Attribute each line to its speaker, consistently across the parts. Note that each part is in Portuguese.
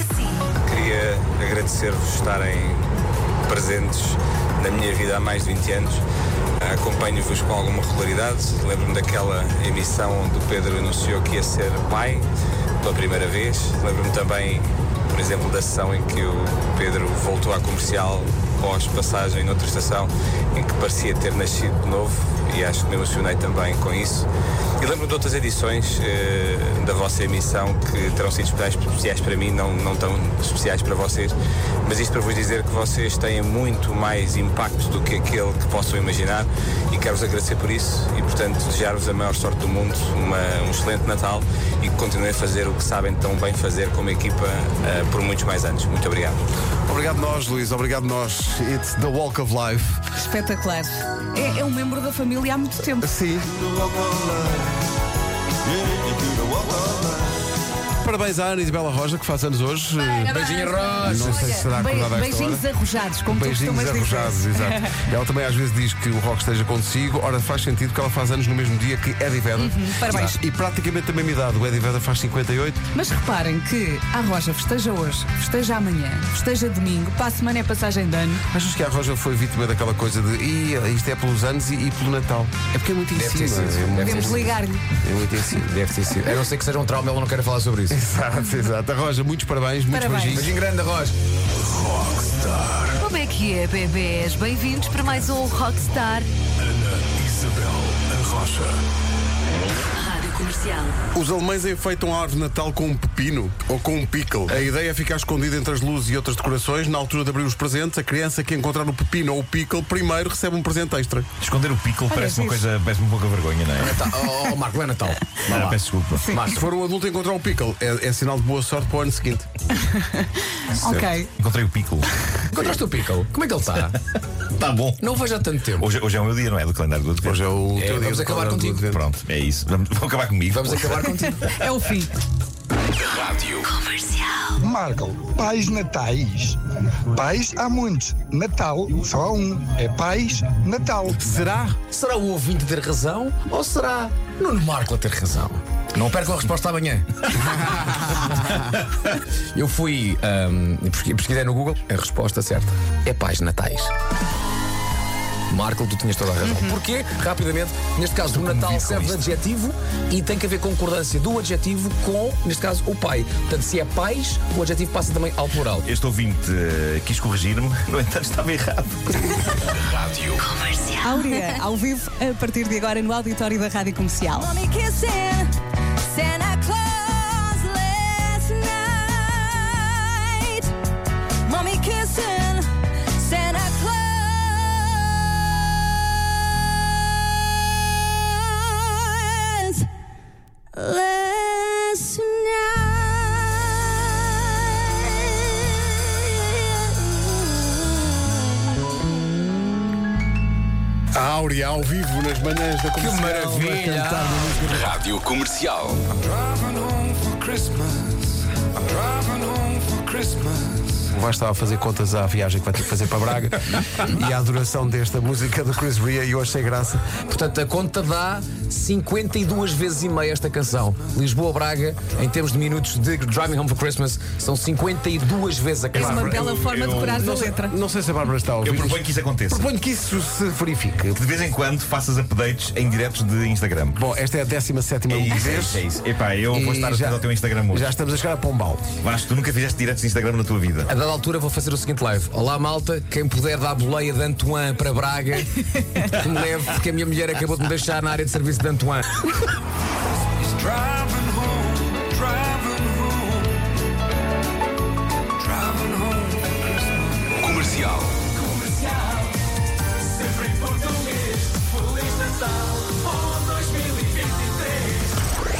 Speaker 1: assim.
Speaker 2: agradecer-vos estarem presentes na minha vida há mais de 20 anos. Acompanho-vos com alguma regularidade. Lembro-me daquela emissão onde o Pedro anunciou que ia ser pai pela primeira vez. Lembro-me também, por exemplo, da sessão em que o Pedro voltou à comercial pós-passagem noutra estação em que parecia ter nascido de novo e acho que me emocionei também com isso. E lembro-me de outras edições eh, da vossa emissão que terão sido especiais, especiais para mim, não, não tão especiais para vocês, mas isto para vos dizer que vocês têm muito mais impacto do que aquele que possam imaginar e quero-vos agradecer por isso e, portanto, desejar-vos a maior sorte do mundo, uma, um excelente Natal e que continuem a fazer o que sabem tão bem fazer como equipa eh, por muitos mais anos. Muito obrigado.
Speaker 3: Obrigado nós, Luís. Obrigado nós. It's the Walk of Life.
Speaker 4: Espetacular. É, é um membro da família há muito tempo.
Speaker 3: Sim. Parabéns à Ana Isabela Roja, que faz anos hoje.
Speaker 4: Beijinho
Speaker 3: Não sei se será acordada a esta
Speaker 4: Beijinhos
Speaker 3: hora.
Speaker 4: arrojados, como tu
Speaker 3: Beijinhos
Speaker 4: costumas dizer.
Speaker 3: arrojados, exato. Ela também às vezes diz que o rock esteja consigo. Ora, faz sentido que ela faz anos no mesmo dia que Eddie Vedder.
Speaker 4: Uhum, parabéns.
Speaker 3: E, e praticamente da mesma idade. O Eddie Vedder faz 58.
Speaker 4: Mas reparem que a Roja festeja hoje, festeja amanhã, festeja domingo, para a semana é passagem de ano.
Speaker 3: Achas que a Roja foi vítima daquela coisa de "Ih, isto é pelos anos e, e pelo Natal? É porque é muito em
Speaker 5: Deve
Speaker 3: cima.
Speaker 5: ter sido,
Speaker 3: É muito-
Speaker 5: deve ter
Speaker 4: Podemos
Speaker 5: sido.
Speaker 4: ligar-lhe.
Speaker 3: é muito em cima.
Speaker 5: Deve ter sido. A não ser que seja um trauma, ele não quer falar sobre isso.
Speaker 3: Exato, exato. A Roja, muitos parabéns, muitos
Speaker 4: Parabéns.
Speaker 3: beijinhos.
Speaker 5: Beijinho grande, Rocha.
Speaker 1: Como é que é, bebês? Bem-vindos para mais um Rockstar. Rádio Comercial.
Speaker 3: Os alemães enfeitam a árvore de Natal com um pepino ou com um pickle. A ideia é ficar escondida entre as luzes e outras decorações. Na altura de abrir os presentes, a criança que encontrar o pepino ou o pickle primeiro recebe um presente extra.
Speaker 6: Esconder o pickle parece uma
Speaker 4: isso.
Speaker 6: coisa, parece uma pouca vergonha, não é?
Speaker 5: Natal. Oh, oh, Marco, não é Natal. Vá
Speaker 6: Ah,
Speaker 5: lá.
Speaker 6: peço desculpa.
Speaker 3: Se for um adulto encontrar o pickle, é, é sinal de boa sorte para o ano seguinte.
Speaker 4: Ok.
Speaker 6: Encontrei o pickle.
Speaker 5: Encontraste o Pickle? Como é que ele está?
Speaker 6: Tá bom.
Speaker 5: Não o vejo há tanto tempo.
Speaker 6: Hoje, hoje é o meu dia, não é? Do calendário do Advento.
Speaker 3: Hoje é o
Speaker 5: É,
Speaker 3: teu dia
Speaker 5: vamos
Speaker 3: de
Speaker 5: acabar
Speaker 3: calor do
Speaker 5: contigo.
Speaker 3: advento.
Speaker 6: Pronto, é isso. Vamos, vão acabar comigo.
Speaker 5: Vamos acabar contigo.
Speaker 4: É o fim.
Speaker 7: Marco, pais natais. Pais há muitos. Natal, só há um. É pais Natal.
Speaker 3: Será?
Speaker 5: Será o ouvinte ter razão ou será Nuno Marco a ter razão? Não percam a resposta amanhã. Eu fui, ahm, pesqui- pesquisei no Google, a resposta certa é pais natais. Marco, tu tinhas toda a razão.
Speaker 6: Uhum.
Speaker 5: Porquê? Rapidamente, neste caso, o Natal serve de adjetivo e tem que haver concordância do adjetivo com, neste caso, o pai. Portanto, se é pais, o adjetivo passa também ao plural.
Speaker 6: Este ouvinte eh, quis corrigir-me, no entanto estava errado.
Speaker 4: Áurea, ao vivo, a partir de agora no auditório da Rádio Comercial.
Speaker 3: A Áurea ao vivo nas manhãs da comercial.
Speaker 5: maravilha!
Speaker 3: a cantar uma música.
Speaker 8: Rádio Comercial.
Speaker 3: Vai estar a fazer contas à viagem que vai ter que fazer para Braga e à duração desta música do Chris Ria e hoje sem graça.
Speaker 5: Portanto, a conta dá 52 vezes e meia esta canção. Lisboa-Braga, em termos de minutos de Driving Home for Christmas, são 52 vezes a
Speaker 4: É uma
Speaker 5: canção.
Speaker 4: bela forma de curar a letra.
Speaker 3: Não sei se a Bárbara está a ouvir.
Speaker 6: Eu proponho que isso aconteça.
Speaker 3: Proponho que isso se verifique.
Speaker 6: De vez em quando faças updates em diretos de Instagram.
Speaker 3: Bom, esta é a 17
Speaker 6: É isso, é
Speaker 3: vez.
Speaker 6: isso, é isso. Epá, eu
Speaker 3: E
Speaker 6: vou estar
Speaker 3: já-
Speaker 6: atento ao teu Instagram hoje.
Speaker 3: Já estamos a chegar a Pombal.
Speaker 6: Vasco, tu nunca fizeste diretos de Instagram na tua vida.
Speaker 5: A dada altura vou fazer o seguinte live. Olá malta, quem puder dar a boleia de Antoine para Braga, que me leve, porque a minha mulher acabou de me deixar na área de serviço de Antoine.
Speaker 8: Comercial.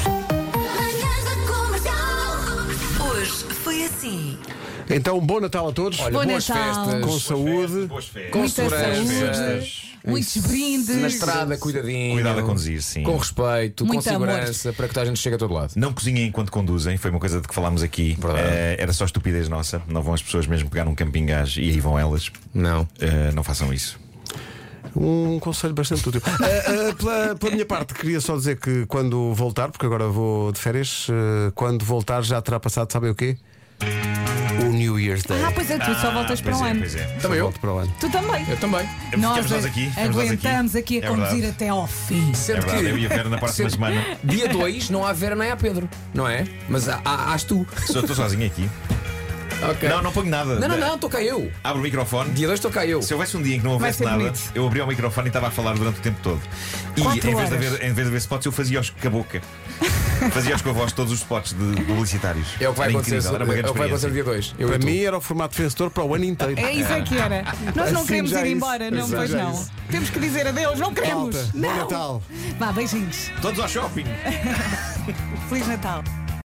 Speaker 1: Manhãs da Comercial. Hoje foi assim.
Speaker 3: Então, bom Natal a todos.
Speaker 5: Olha,
Speaker 4: Bom
Speaker 5: boas
Speaker 4: Natal.
Speaker 5: festas.
Speaker 3: com saúde.
Speaker 6: Boas férias.
Speaker 5: Com
Speaker 4: Muita
Speaker 5: segurança.
Speaker 4: saúde, muitos brindes.
Speaker 5: Na estrada, cuidadinho.
Speaker 6: Cuidado a conduzir, sim.
Speaker 5: Com respeito,
Speaker 4: Muito
Speaker 5: com segurança, para que a gente chegue a todo lado.
Speaker 6: Não cozinhem enquanto conduzem, foi uma coisa de que falámos aqui.
Speaker 5: Verdade.
Speaker 6: Eh, era só estupidez nossa. Não vão as pessoas mesmo pegar um camping gás e aí vão elas.
Speaker 5: Não.
Speaker 6: Eh, não façam isso.
Speaker 3: Um conselho bastante útil. Ah, ah, pela, pela minha parte, queria só dizer que quando voltar, porque eh, agora vou de férias, ah, quando voltar já terá passado, sabem o quê? O New Year's Day.
Speaker 4: Ah, pois é, tu só voltas para
Speaker 6: pois
Speaker 4: um
Speaker 6: é,
Speaker 4: ano.
Speaker 6: Pois é.
Speaker 5: Também eu.
Speaker 3: Volto para o ano.
Speaker 4: Tu também.
Speaker 5: Eu também.
Speaker 6: Ficamos É nós aqui, ficamos nós aqui.
Speaker 4: aguentamos aqui,
Speaker 6: É
Speaker 4: a conduzir
Speaker 6: verdade.
Speaker 4: até ao fim.
Speaker 6: É
Speaker 5: Sendo
Speaker 6: verdade, eu ia
Speaker 5: que.
Speaker 6: ver na próxima
Speaker 5: Sim.
Speaker 6: semana.
Speaker 5: Dia 2 não há Vera nem há Pedro, não é? Mas há, há, hás tu.
Speaker 6: Só estou sozinho aqui.
Speaker 5: Ok.
Speaker 6: Não, não ponho nada.
Speaker 5: Não, não, não, estou cá eu.
Speaker 6: Abro o microfone.
Speaker 5: Dia 2 estou cá eu.
Speaker 6: Se houvesse um dia em que não
Speaker 4: Vai
Speaker 6: houvesse
Speaker 4: ser
Speaker 6: nada,
Speaker 4: bonito.
Speaker 6: eu abria o microfone e estava a falar durante o tempo todo. E
Speaker 4: Quatro
Speaker 6: em vez, de
Speaker 4: horas.
Speaker 6: haver, em vez de haver spots, eu fazia-os com a boca. Fazia-os com a voz todos os spots de publicitários.
Speaker 5: É o que vai
Speaker 6: Era
Speaker 5: acontecer.
Speaker 6: incrível, era uma
Speaker 5: É
Speaker 6: grande
Speaker 5: o que vai acontecer
Speaker 6: experiência.
Speaker 5: dia 2.
Speaker 3: Para mim era o formato vencedor para o ano inteiro.
Speaker 4: É isso é que era. Nós não
Speaker 3: Assim
Speaker 4: queremos
Speaker 3: já
Speaker 4: ir
Speaker 3: é isso.
Speaker 4: embora, não,
Speaker 3: Assim
Speaker 4: pois
Speaker 3: já é
Speaker 4: não.
Speaker 3: isso.
Speaker 4: Temos que dizer adeus, não queremos.
Speaker 3: Malta,
Speaker 4: não.
Speaker 3: Bom Natal.
Speaker 4: Vá, beijinhos.
Speaker 6: Todos ao shopping!
Speaker 4: Feliz Natal.